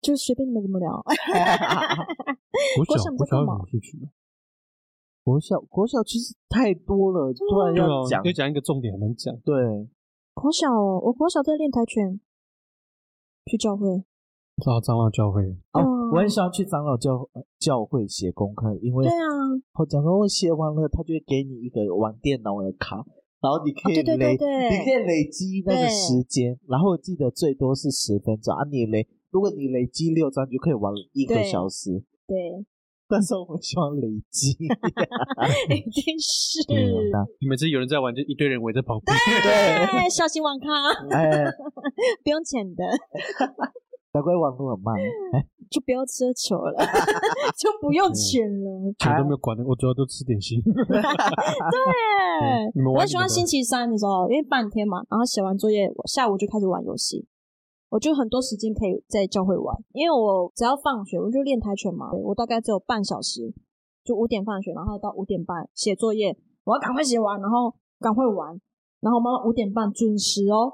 Speaker 2: 就随便你们怎么聊。哎
Speaker 3: 我
Speaker 2: 想
Speaker 3: 想
Speaker 2: 不
Speaker 3: 我
Speaker 2: 到
Speaker 3: 想
Speaker 2: 嘛
Speaker 3: 出去了。
Speaker 1: 国小国小其实太多了，
Speaker 2: 真的
Speaker 1: 突然
Speaker 3: 对
Speaker 1: 要
Speaker 3: 啊
Speaker 1: 讲，
Speaker 3: 要讲一个重点很难讲。
Speaker 1: 对，
Speaker 2: 国小哦，我国小在练跆拳，去教会。
Speaker 3: 啊，长老教会，
Speaker 1: 哦
Speaker 2: 嗯，
Speaker 1: 我很想要去长老教教会写功课，因为
Speaker 2: 对啊，
Speaker 1: 我讲说我写完了，他就会给你一个玩电脑的卡，然后你可以
Speaker 2: 哦对对
Speaker 1: 累，
Speaker 2: 对对
Speaker 1: 你可以累积那个时间，然后我记得最多是十分钟啊，你累，如果你累积六张就可以玩一个
Speaker 2: 对
Speaker 1: 小时，
Speaker 2: 对，
Speaker 1: 但是我们希望累积，
Speaker 2: 一定是。
Speaker 1: 对 啊
Speaker 3: 你每次有人在玩，就一堆人围在旁边。
Speaker 2: 对，啊小心网咖，
Speaker 1: 哎，
Speaker 2: 不用钱的，
Speaker 1: 难怪网络很慢，哎，
Speaker 2: 就不要奢求了， 就不用钱了。
Speaker 3: 全都没有管的，我主要都吃点心。
Speaker 2: 对，
Speaker 3: 你们
Speaker 2: 我很
Speaker 3: 玩你
Speaker 2: 喜欢
Speaker 3: 们的
Speaker 2: 星期三的时候，因为半天嘛，然后写完作业，我下午就开始玩游戏。我就很多时间可以在教会玩，因为我只要放学我就练跆拳嘛，对我大概只有半小时，就五点放学，然后到五点半写作业，我要赶快写完，然后赶快玩，然后我妈妈五点半准时哦，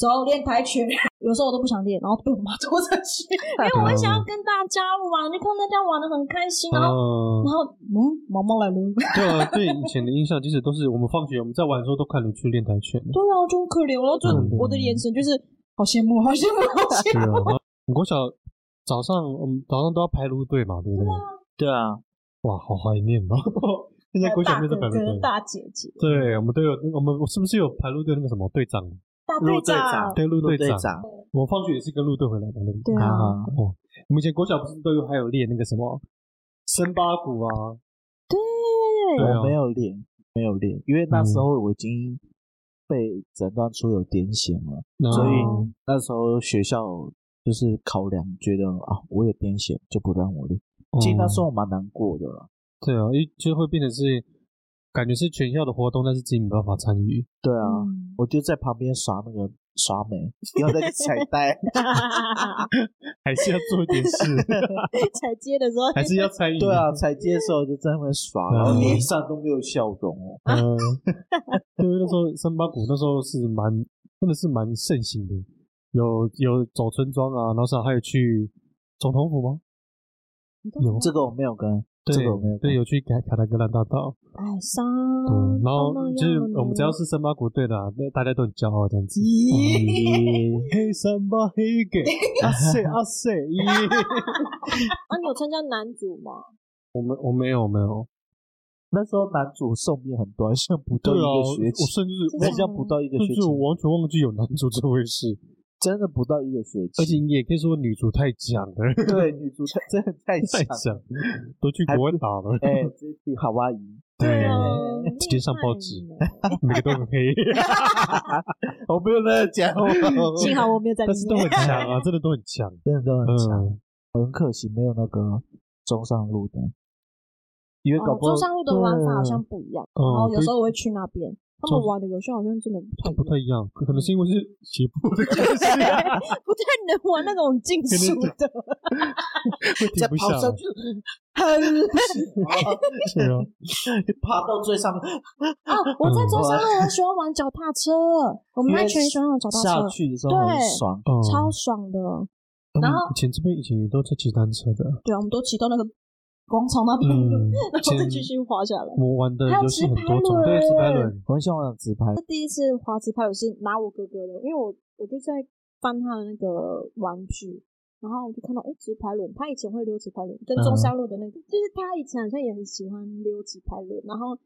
Speaker 2: 走练跆拳， 有时候我都不想练，然后被我妈拖着 去，因为我很
Speaker 3: 哦
Speaker 2: 想要跟大家玩，就看大家玩的很开心，然后
Speaker 3: 嗯
Speaker 2: 然后嗯，毛毛来了，
Speaker 3: 对啊，对以前的印象，其实都是我们放学我们在玩的时候都看你去练跆拳。
Speaker 2: 对啊，就很可怜，然后就
Speaker 3: 嗯
Speaker 2: 我的眼神就是好羡慕， 好羡慕，好羡
Speaker 3: 对啊，
Speaker 2: 慕。
Speaker 3: 然后我国小早上，我们早上都要排路队嘛，对不对？
Speaker 1: 对啊，
Speaker 3: 哇，好怀念哦！现在国
Speaker 2: 大
Speaker 3: 小没有在排
Speaker 2: 哥
Speaker 3: 路队
Speaker 2: 哥、。大姐姐、
Speaker 3: 对，我们都有，我们是不是有排路队那个什么队长？啊
Speaker 2: 大
Speaker 1: 陆
Speaker 2: 队
Speaker 1: 队长
Speaker 3: 对，路
Speaker 1: 陆队
Speaker 3: 长。
Speaker 1: 长
Speaker 3: 我放学也是跟路队回来的，对不
Speaker 2: 对啊
Speaker 1: 啊，
Speaker 3: 哦，我们以前国小不是都有还有练那个什么深八股啊？对嗯啊
Speaker 1: 我没有练，没有练，因为那时候我已经被诊断出有癫痫了。
Speaker 3: 然后
Speaker 1: 所以那时候学校就是考量，觉得啊，我有癫痫就不让我练。其实那时候我蛮难过的啦。
Speaker 3: 哦对啊，因为就会变成是感觉是全校的活动，但是自己没办法参与。
Speaker 1: 对啊，
Speaker 2: 嗯
Speaker 1: 我就在旁边耍那个耍美，要那个彩 带，
Speaker 3: 还是要做一点 事，
Speaker 2: 踩街的时候，
Speaker 3: 还是要参与。
Speaker 1: 对啊，彩接的时候就在那边耍，然后脸上都没有笑容哦。
Speaker 3: 嗯，对，那时候三八谷那时候是蛮，真的是蛮盛行的，有有走村庄啊，然后是还有去总统府吗？
Speaker 2: 你都
Speaker 3: 有
Speaker 1: 这个我没 有跟，
Speaker 3: 对，
Speaker 1: 这个我没有跟
Speaker 3: 对，。有嗯去卡卡达格兰大道，
Speaker 2: 哎伤嗯
Speaker 3: 对，，然
Speaker 2: 都
Speaker 3: 后
Speaker 2: 那样
Speaker 3: 就是
Speaker 2: 了
Speaker 3: 我们只要是嗯三八谷队的啊，那大家都很骄傲这样子。
Speaker 2: 咦，
Speaker 3: 嘿，三八嘿 给，啊塞啊塞，咦，
Speaker 2: 啊，你有参加男组吗？
Speaker 3: 我们我没有没有，
Speaker 1: 那时候男主寿命很短，像不
Speaker 3: 对
Speaker 1: 到
Speaker 3: 啊，
Speaker 1: 一个
Speaker 3: 我
Speaker 1: 学期，
Speaker 3: 甚至
Speaker 2: 真的
Speaker 1: 那
Speaker 3: 我
Speaker 1: 像不到一个
Speaker 3: 甚
Speaker 1: 学期
Speaker 3: 至，我完全忘记有男主这回事，
Speaker 1: 真的不到一个学期。
Speaker 3: 而且你也可以说女主太强了。
Speaker 1: 对女主太真的太
Speaker 3: 太
Speaker 1: 强，
Speaker 3: 强，都去国外打了，
Speaker 1: 哎，直接去夏威夷，
Speaker 2: 啊，
Speaker 3: 直接上报纸
Speaker 2: 厉害呢
Speaker 3: 每个都很黑，
Speaker 1: 我没有那个讲，
Speaker 2: 幸好我没有在里
Speaker 3: 但是都
Speaker 2: 面。
Speaker 3: 很强啊，真的都很强。
Speaker 1: 真的都很强。
Speaker 3: 嗯，
Speaker 1: 很可惜没有那个中上路的，因为搞
Speaker 2: 哦，
Speaker 1: 不好、
Speaker 2: 中山路的玩法好像不一样，
Speaker 3: 嗯
Speaker 2: 然哦后有
Speaker 3: 对
Speaker 2: 时候我会去那边，他
Speaker 3: 中
Speaker 2: 们玩的游戏好像真的不太
Speaker 3: 都
Speaker 2: 一
Speaker 3: 不
Speaker 2: 样。
Speaker 3: 太一样，可能是因为是斜 坡的关系，
Speaker 2: 不太能玩那种竞速的，
Speaker 3: 会停不 下来。
Speaker 1: 去，很
Speaker 3: 对 啊，
Speaker 1: 爬到最上面，
Speaker 2: 啊！我在中山路我很喜欢玩脚踏车，我们那群人喜欢玩脚踏
Speaker 1: 下
Speaker 2: 车，
Speaker 1: 去的时候很爽。
Speaker 3: 嗯
Speaker 2: 超爽的。
Speaker 3: 嗯
Speaker 2: 然后
Speaker 3: 以前这边以前也都在骑单车的，
Speaker 2: 对啊，我们都骑到那个广场那边，
Speaker 3: 嗯，
Speaker 2: 然后再
Speaker 3: 先
Speaker 2: 继续滑下来。
Speaker 3: 我玩的
Speaker 2: 还有
Speaker 3: 游戏
Speaker 2: 直
Speaker 3: 很多
Speaker 2: 排
Speaker 3: 种，对，直排轮，
Speaker 1: 我很喜欢玩直拍，
Speaker 2: 第一次滑直拍我是拿我哥哥的，因为我我就在翻他的那个玩具，然后我就看到哎、诶直排轮，他以前会溜直排轮，跟中山路的那个，就是他以前好像也很喜欢溜直排轮，然后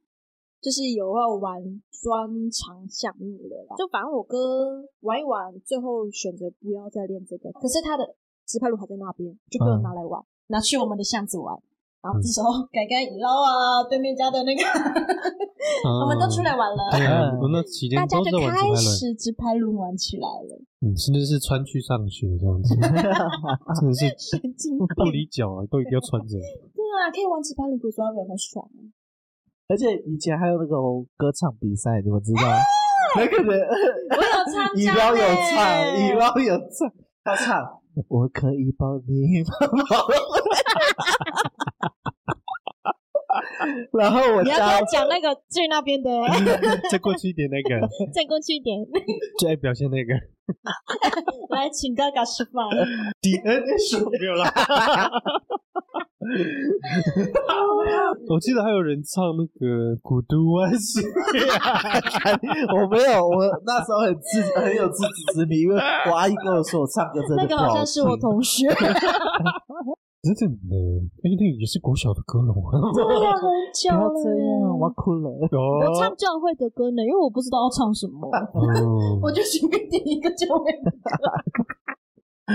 Speaker 2: 就是有要玩专长项目的啦，就反正我哥玩一玩，最后选择不要再练这个，可是他的直排轮还在那边，就被我
Speaker 3: 嗯
Speaker 2: 拿来玩，拿去我们的巷子玩。然后这时候， 改改一捞啊，对面家的那个， 我们都出来玩了。
Speaker 3: 嗯对啊，
Speaker 1: 嗯
Speaker 3: 我那期间
Speaker 2: 大家
Speaker 3: 都
Speaker 2: 就是
Speaker 3: 在玩直
Speaker 2: 开
Speaker 3: 排轮，
Speaker 2: 始直拍轮玩起来 了，
Speaker 3: 嗯，甚至是穿去上学这 样子，真的是
Speaker 2: 神经病！
Speaker 3: 不理脚啊，都一定要穿着。
Speaker 2: 对啊，可以玩直拍轮，鬼抓人很爽啊。
Speaker 1: 而且以前还有那个哦歌唱比赛，你们知道？
Speaker 2: 啊
Speaker 1: 那个 人
Speaker 2: 我有参加、欸，
Speaker 1: 以包有唱，以包有唱，他唱。 我可以抱你吗？ 然后我
Speaker 2: 你要跟他
Speaker 1: 家
Speaker 2: 讲那个去那 边的，
Speaker 3: 再过去一点那个，
Speaker 2: 再过去一点，
Speaker 3: 就爱表现那个
Speaker 2: 来请哥哥吃饭。
Speaker 1: DNA 鼠
Speaker 3: 没有啦。我记得还有人唱那个《古都万岁》，
Speaker 1: 我没有，我那时候很自很有自知之明，因为我阿姨跟我说我唱歌真的
Speaker 2: 那
Speaker 1: 不
Speaker 2: 个
Speaker 1: 好
Speaker 2: 好像是我
Speaker 1: 听
Speaker 2: 同 学，对
Speaker 3: 真的呢，哎，那个也是国小的歌龙啊。
Speaker 2: 啊，很久
Speaker 1: 不要
Speaker 2: 了
Speaker 1: 这样，我要
Speaker 2: 耶。
Speaker 1: 哭了。
Speaker 2: 我唱
Speaker 3: 哦，
Speaker 2: 教会的歌呢，因为我不知道要唱什么，
Speaker 1: 啊
Speaker 3: 哦
Speaker 2: 我就随便点一个教会的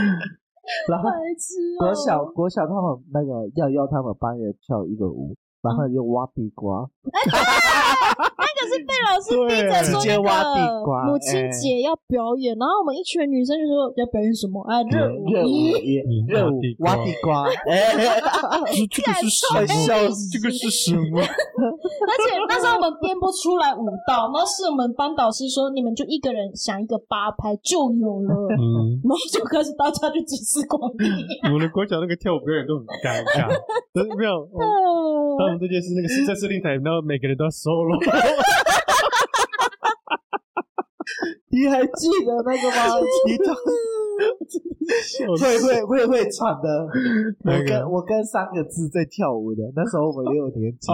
Speaker 1: 然后
Speaker 2: 白痴哦。
Speaker 1: 国小国小他们那个要要他们班员跳一个舞，然后就挖地瓜，
Speaker 2: 那个是被老师逼着说
Speaker 1: 对直接挖地
Speaker 2: 那
Speaker 1: 瓜哎
Speaker 2: 个母亲节要表演，然后我们一群女生就说要表演什么啊？热舞。
Speaker 1: 热舞也
Speaker 3: 嗯
Speaker 1: 热舞
Speaker 3: 挖
Speaker 1: 挖
Speaker 3: 地
Speaker 1: 地瓜，哎，
Speaker 3: 这个是什
Speaker 1: 好笑
Speaker 3: 么？这个是什 么？
Speaker 2: 而且那时候我们编不出来舞蹈，那是我们班导师说你们就一个人想一个八拍就有 了，
Speaker 3: 嗯，
Speaker 2: 然后就开始大家就集思广益。
Speaker 3: 我的国小那个跳舞表演都很尴尬，真的没有。
Speaker 1: 嗯
Speaker 3: 我他
Speaker 2: 嗯
Speaker 3: 们这件事，那个是在司令台，然后每个人都要 solo，
Speaker 1: 你还记得那个吗？ 你都 会会会会喘的，
Speaker 3: 那
Speaker 1: 我
Speaker 3: 个
Speaker 1: 跟我跟三个字在跳舞的，那时候我们六年
Speaker 3: 哦
Speaker 1: 级，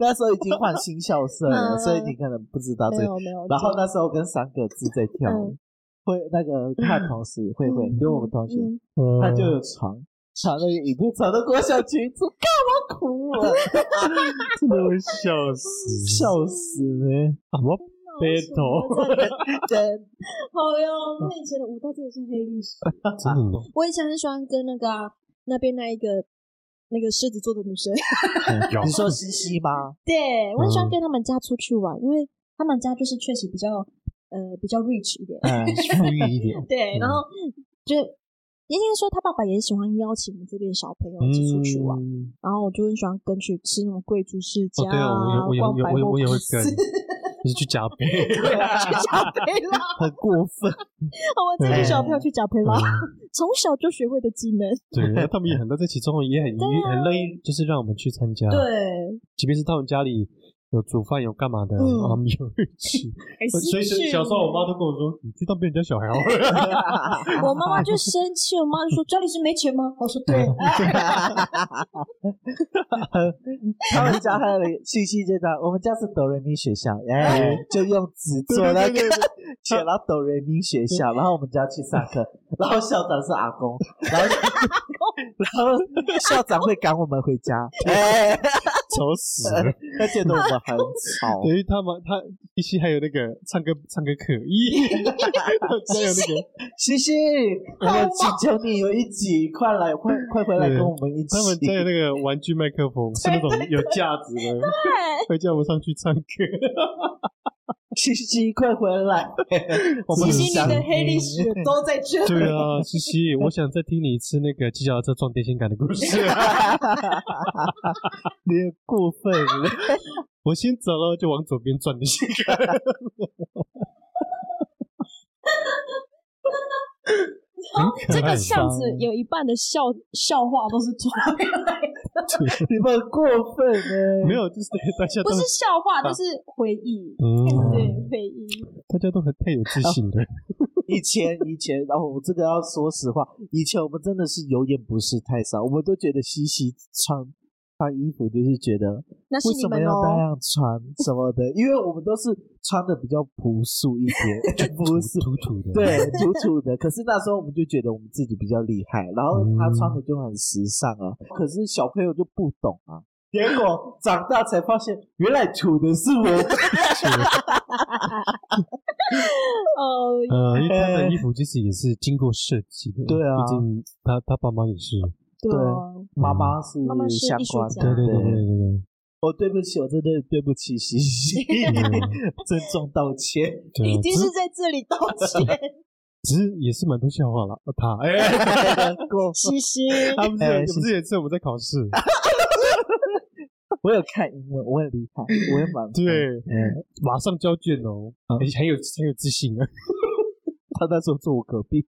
Speaker 1: 那时候已经换新校舍了，
Speaker 2: 嗯
Speaker 1: 所以你可能不知道这
Speaker 2: 没
Speaker 1: 个。
Speaker 2: 有没有。
Speaker 1: 然后那时候跟三个字在跳舞，会那个他同事慧慧，
Speaker 2: 嗯
Speaker 1: 就我们同学，
Speaker 2: 嗯
Speaker 3: 哦
Speaker 1: 他就有传传那个影片，传到国小群组，干嘛哭
Speaker 2: 嗯
Speaker 1: 了，
Speaker 3: 真的会笑死，
Speaker 1: 笑死了。
Speaker 3: 什么？battle
Speaker 1: 真
Speaker 2: 好哟，那以前的舞蹈真的是黑历史。
Speaker 3: 真的吗？
Speaker 2: 我以前很喜欢跟那个啊、那边那一个那个狮子座的女生。
Speaker 3: 有
Speaker 1: 你说西西吗？
Speaker 2: 对，我很喜欢
Speaker 3: 嗯
Speaker 2: 跟他们家出去玩，因为他们家就是确实比较呃比较 rich 一点。
Speaker 1: 嗯，
Speaker 3: 富裕一点，
Speaker 2: 对，然后
Speaker 3: 嗯
Speaker 2: 就应该说他爸爸也喜欢邀 请我们这边小朋友一起出去玩，
Speaker 3: 嗯
Speaker 2: 然后我就很喜欢跟去吃那种贵族世
Speaker 3: 哦
Speaker 2: 家，
Speaker 3: 对啊，我也
Speaker 2: 逛
Speaker 3: 我也
Speaker 2: 百
Speaker 3: 我也
Speaker 2: 货
Speaker 3: 我也我也会
Speaker 2: 公司
Speaker 3: 跟，就是去加倍。
Speaker 1: 对啊
Speaker 2: 去贾培 拉，
Speaker 1: 很过分。
Speaker 2: 哦我这群小朋友去贾培拉，
Speaker 3: 嗯
Speaker 2: 从小就学会的技能。
Speaker 3: 对，然后他们也很多在其中也很愉很乐意，就是让我们去参加。，
Speaker 2: 啊对，
Speaker 3: 即便是他们家里有煮饭有干嘛的，
Speaker 2: 嗯
Speaker 3: 我们也会去。呃
Speaker 2: 还是
Speaker 3: 所以
Speaker 2: 去
Speaker 3: 小时候
Speaker 2: 哦
Speaker 3: 我妈都跟我说：“你去当别人家小孩好了。
Speaker 2: 我妈妈就生气，我妈就说家里是没钱吗？我说对，哎
Speaker 1: 他们家还有信息就讲，我们家是哆瑞咪学校，哎，就用纸做那个
Speaker 3: 对对对
Speaker 1: 写到哆瑞咪学校，然后我们就要去上课，然后校长是阿公，然后然后校长会赶我们回家，哎，”
Speaker 3: 愁死
Speaker 2: 嗯
Speaker 3: 了。
Speaker 1: 他觉得我们很吵
Speaker 3: 等，于他们他依稀还有那个唱歌唱歌可 以，还有那个
Speaker 1: 西西，
Speaker 2: 嗯
Speaker 1: 我们请求你有一集，快来快快回来跟我们一起
Speaker 3: 他，们家有那个玩具麦克风，是那种有架子的，会叫我上去 唱歌。
Speaker 1: 西西快回来，我们
Speaker 2: 其
Speaker 1: 很
Speaker 2: 实你
Speaker 1: 想
Speaker 2: 的黑历史都在这。
Speaker 3: 对啊，西西，我想再听你一次那个骑脚踏车撞电线杆的故事。
Speaker 1: 你很过分了。
Speaker 3: 我先走了，就往左边转 电线杆。
Speaker 2: 这个巷子有一半的笑笑话都是从那边来的，
Speaker 1: 你们很过分 呢、
Speaker 3: 没有，就是大家都
Speaker 2: 不是笑话，就是回忆。
Speaker 3: 嗯，
Speaker 2: 对，回忆。
Speaker 1: 哦
Speaker 3: 大家都很太有自信了。
Speaker 1: 以前以前，然后我这个要说实话，以前我们真的是有眼不识泰山，我们都觉得西西穿穿衣服就是觉得
Speaker 2: 那是
Speaker 1: 为
Speaker 2: 你
Speaker 1: 什么
Speaker 2: 们
Speaker 1: 要那
Speaker 2: 哦。
Speaker 1: 样穿什么的，因为我们都是穿的比较朴素一 点，不是
Speaker 3: 土土的，
Speaker 1: 对，土土的。可是那时候我们就觉得我们自己比较厉害，然后
Speaker 2: 嗯
Speaker 1: 他穿的就很时尚啊。
Speaker 2: 哦
Speaker 1: 可是小朋友就不懂啊，结果长大才发现，原来土的 是我。
Speaker 2: 呃，
Speaker 3: 呃，因为他的衣服其实也是经过设计的，
Speaker 1: 对啊
Speaker 3: 毕竟他他爸妈也是，嗯
Speaker 2: 对
Speaker 1: 对
Speaker 2: 啊，
Speaker 1: 妈妈是
Speaker 2: 妈妈是
Speaker 1: 相
Speaker 2: 艺术
Speaker 1: 关
Speaker 2: 家
Speaker 1: 的，
Speaker 3: 对对对对
Speaker 1: 对。
Speaker 3: 对对啊
Speaker 1: 我对不起，我真的对不起西西，
Speaker 2: 嗯
Speaker 1: 郑重道歉。
Speaker 3: 对啊，
Speaker 2: 已
Speaker 3: 只
Speaker 2: 经
Speaker 3: 是
Speaker 2: 是在这里道歉，
Speaker 3: 只是也是蛮多笑话了，呃他哎。
Speaker 1: 过
Speaker 2: 西西。
Speaker 3: 他不是
Speaker 1: 哎
Speaker 3: 有
Speaker 1: 是
Speaker 3: 不是有一次我们在考试，
Speaker 1: 我有看英文，我很厉害，我也蛮
Speaker 3: 对，
Speaker 1: 嗯，
Speaker 3: 马上交卷哦，
Speaker 1: 嗯
Speaker 3: 哎很有很有自信啊，
Speaker 1: 他那时候坐我隔壁，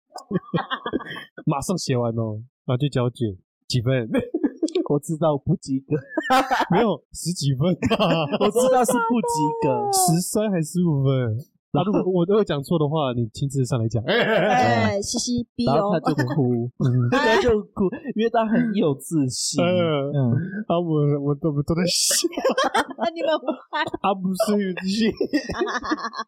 Speaker 3: 马上写完哦，然后就交卷，几分？
Speaker 1: 我知道不及格，
Speaker 3: 没有十几分 啊，
Speaker 1: 我知道是不及格。
Speaker 3: 十三还十五 分。那如果我都有讲错的话，你亲自上来 讲。
Speaker 2: 哎，西西逼
Speaker 1: 然
Speaker 2: 哦，
Speaker 1: 后他就哭，
Speaker 3: 嗯，
Speaker 1: 他就哭，因为他很有自 信。
Speaker 3: 嗯
Speaker 1: 嗯，
Speaker 3: 啊，我我都我都在笑，
Speaker 2: 那你们不爱
Speaker 3: 啊，不是有自信。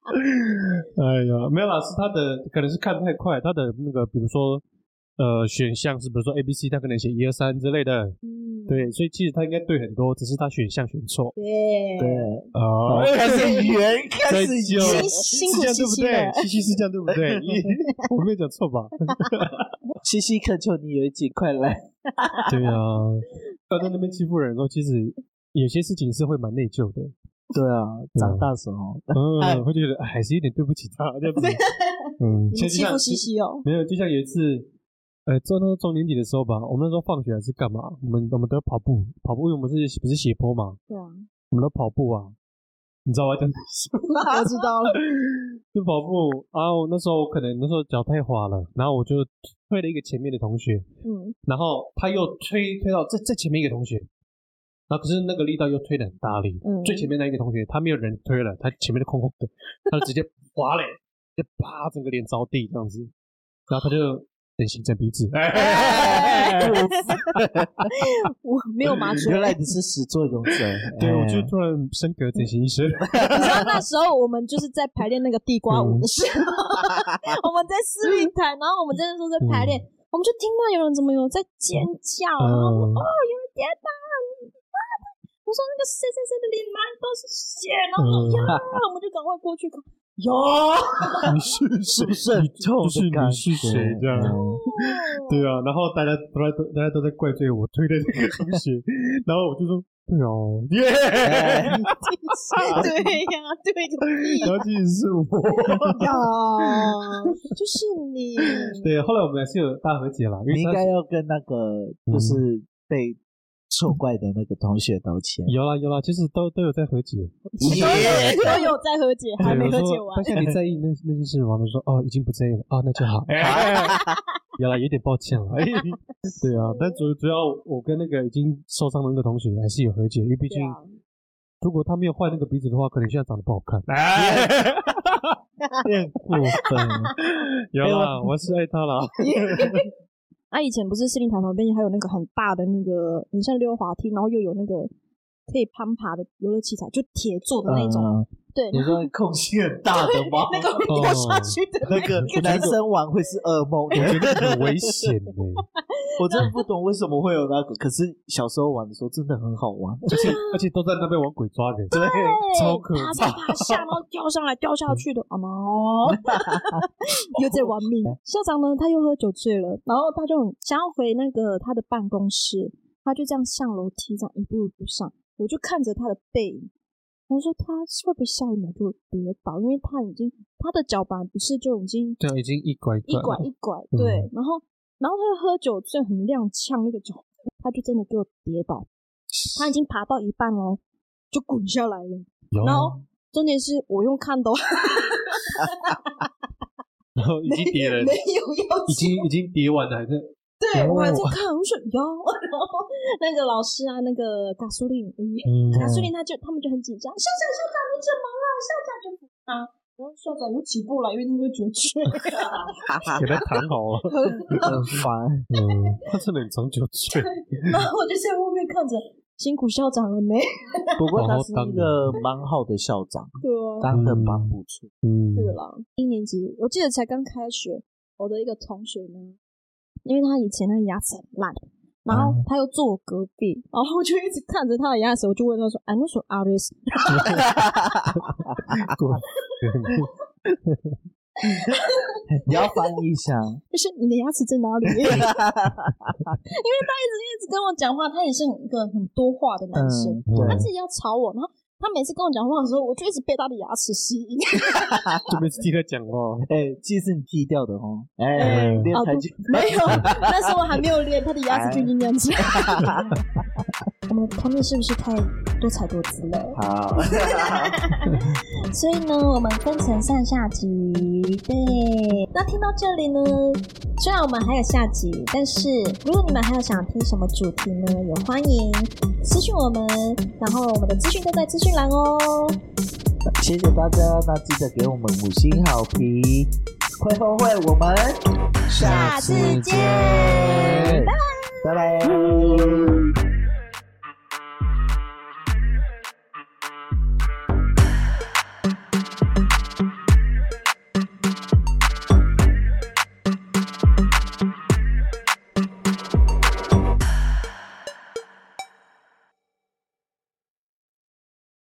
Speaker 3: 哎呀，没有啦，是他的可能是看太快，他的那个比如说呃选项是比如说 A B C，他可能写一二三之类的，
Speaker 2: 嗯，
Speaker 3: 对，所以其实他应该对很多，只是他选项选错。
Speaker 2: 对
Speaker 1: 对，
Speaker 3: 哦
Speaker 1: 开始圆，开
Speaker 3: 在
Speaker 1: 始
Speaker 3: 就
Speaker 1: 圆
Speaker 2: 辛。辛
Speaker 3: 是
Speaker 2: 苦
Speaker 3: 这样
Speaker 2: 西
Speaker 3: 对不
Speaker 2: 西
Speaker 3: 对
Speaker 2: 了？，
Speaker 3: 西西是这样对不 对？我没有讲错吧？
Speaker 1: 西西，恳求你有一集快来。
Speaker 3: 对啊，要在那边欺负人的时候，其实有些事情是会蛮内 疚的，
Speaker 1: 对啊，长大时候，哎
Speaker 3: 嗯，会觉得哎还是有点对不起他这样子。嗯，
Speaker 2: 你们欺负西
Speaker 3: 西西。
Speaker 2: 西哦，
Speaker 3: 没有，就像有一次，呃，做那个中年底的时候吧，我们那时候放学还是干嘛？我们我们都要跑步，跑步，因为我们是不是斜坡嘛？
Speaker 2: 对啊，
Speaker 3: 我们都跑步啊，你知道我要讲什么？
Speaker 2: 我知道了，
Speaker 3: 就跑步啊，我那时候可能那时候脚太滑了，然后我就推了一个前面的同学，
Speaker 2: 嗯，
Speaker 3: 然后他又推推到这这前面一个同学，然后可是那个力道又推的很大力，
Speaker 2: 嗯
Speaker 3: 最前面那一个同学他没有人推了，他前面的空空的，他就直接滑嘞，就啪整个脸着地这样子，然后他就很形成鼻子，
Speaker 2: 哎我没有麻醉
Speaker 1: 原。来你是始作俑者。
Speaker 3: 对，我
Speaker 1: 哎
Speaker 3: 就突然升格整形医 生，
Speaker 2: 你知道那时候我们就是在排练那个地瓜舞的时候，我们在司令台，然后我们真的说在排练，我们就听到有人怎么有在尖叫，然后说
Speaker 3: 嗯
Speaker 2: 哦有人跌倒，啊我说那个谁谁谁的脸满都是血，然后我说
Speaker 3: 嗯
Speaker 2: 呀，我们就赶快过去看，哟，
Speaker 3: 你是
Speaker 1: 是不是很痛
Speaker 3: 就
Speaker 1: 的
Speaker 3: 是
Speaker 1: 感
Speaker 3: 你
Speaker 1: 觉？
Speaker 3: 是谁这样？
Speaker 1: 嗯
Speaker 3: 对啊，然后大家大家都大家都在怪罪我推的那个同学，然后我就说对哦，耶、
Speaker 1: 哎
Speaker 2: 对呀，对个屁
Speaker 3: 然后其实是我。
Speaker 2: 呀，就是你，
Speaker 3: 对，后来我们还是有大和解啦，因为
Speaker 1: 你应
Speaker 3: 他
Speaker 1: 该要跟那个就是被错怪的那个同学道歉。
Speaker 3: 有啦有啦，其实都都有在和解，
Speaker 2: 都有都有在和解，
Speaker 3: 对
Speaker 2: 还没
Speaker 3: 我
Speaker 2: 和
Speaker 3: 说
Speaker 2: 解完
Speaker 3: 当。下你在 意那那件事吗？他说哦，已经不在意了，哦，那就好。
Speaker 2: 哎
Speaker 3: 有啦，有点 抱歉了。哎对啊，但主主要我跟那个已经受伤的那个同学还是有和解，因为毕
Speaker 2: 对
Speaker 3: 竟
Speaker 2: 啊，
Speaker 3: 如果他没有换那个鼻子的话，可能现在长得不好 看。
Speaker 1: 点过分。
Speaker 2: 哎
Speaker 3: 有
Speaker 1: 啦
Speaker 3: 啦，我还是 爱他啦。
Speaker 2: 啊，以前不是司令台旁边还有那个很大的那个，很像溜滑梯，然后又有那个可以攀爬的游乐器材，就铁做的那种。
Speaker 1: 嗯，
Speaker 2: 对，
Speaker 1: 你说空隙很大的 吗？
Speaker 2: 那个会掉下去的
Speaker 1: 那个男生玩会是噩梦，
Speaker 3: 我觉得很危 险呢，
Speaker 1: 我真的不懂为什么会有那个。可是小时候玩的时候真的很好玩，
Speaker 3: 而且而且都在那边玩鬼抓人，
Speaker 1: 对，
Speaker 2: 对
Speaker 3: 超可
Speaker 2: 爬上爬下，然后掉上来掉下去的，啊 喏，又在玩命。
Speaker 3: 哦
Speaker 2: 校长呢，他又喝酒醉了，然后他就很想要回那个他的办公室，他就这样上楼梯，这样一步一步上，我就看着他的背影。我说他会不会下一秒就跌倒？因为他已经他的脚板不是就已经
Speaker 3: 对啊，已经一拐
Speaker 2: 一拐一拐，
Speaker 3: 嗯
Speaker 2: 对，然后然后他就喝酒醉，很踉跄那个脚，他就真的给我跌倒，他已经爬到一半哦，就滚下来了。
Speaker 3: 有啊
Speaker 2: 然后重点是我用看哦都
Speaker 3: 然后已经跌 了
Speaker 2: 没，有要
Speaker 3: 已经已经跌完了，还在
Speaker 2: 对我还在
Speaker 3: 哦
Speaker 2: 看，我说哟， 然后那个老师啊，那个嘎苏令，
Speaker 3: 嗯
Speaker 2: 嘎苏令他就他们就很紧张，校长校长你怎么了？校长就啊，然后校长又起步了，因为那个九句，
Speaker 1: 哈哈
Speaker 3: 给，他谈好了。
Speaker 1: 很烦。
Speaker 3: 嗯， 他真的很长久醉，
Speaker 2: 然后我就在后面看着，辛苦校长了没？
Speaker 1: 不过他
Speaker 3: 好好
Speaker 1: 是
Speaker 3: 当
Speaker 1: 一个蛮好的校长，
Speaker 2: 对啊，
Speaker 1: 当的蛮不错。
Speaker 3: 嗯，
Speaker 2: 对了，一年级我记得才刚开学，我的一个同学呢，因为他以前那个牙齿很烂，然后他又坐我隔壁，然后我就一直看着他的牙齿，我就问他说：“I know so a r i s
Speaker 1: 你要翻译一 下，
Speaker 2: 就是你的牙齿在哪里？” 因为他一直一直跟我讲话，他也是一个很多话的男生，
Speaker 1: 嗯，对
Speaker 2: 他自己要吵我，然后他每次跟我讲话的时候，我就一直被他的牙齿吸引。
Speaker 3: 就没听他讲话。哦
Speaker 1: 哎，记是你剃掉的哦，哎
Speaker 3: 哎，
Speaker 1: 练
Speaker 2: 哦
Speaker 1: 跆
Speaker 2: 不
Speaker 1: 拳
Speaker 2: 没有，那时候我还没有练，他的牙齿就已经那样子。 我们他们是不是太多彩多姿了？
Speaker 1: 好，
Speaker 2: 所以呢，我们分成上下集。对，那听到这里呢，虽然我们还有下集，但是如果你们还有想听什么主题呢，也欢迎私讯我们，然后我们的资讯都在资讯栏哦。
Speaker 1: 谢谢大家，那记得给我们五星好评，会后会，我们
Speaker 2: 下次见，拜拜。
Speaker 1: 拜拜。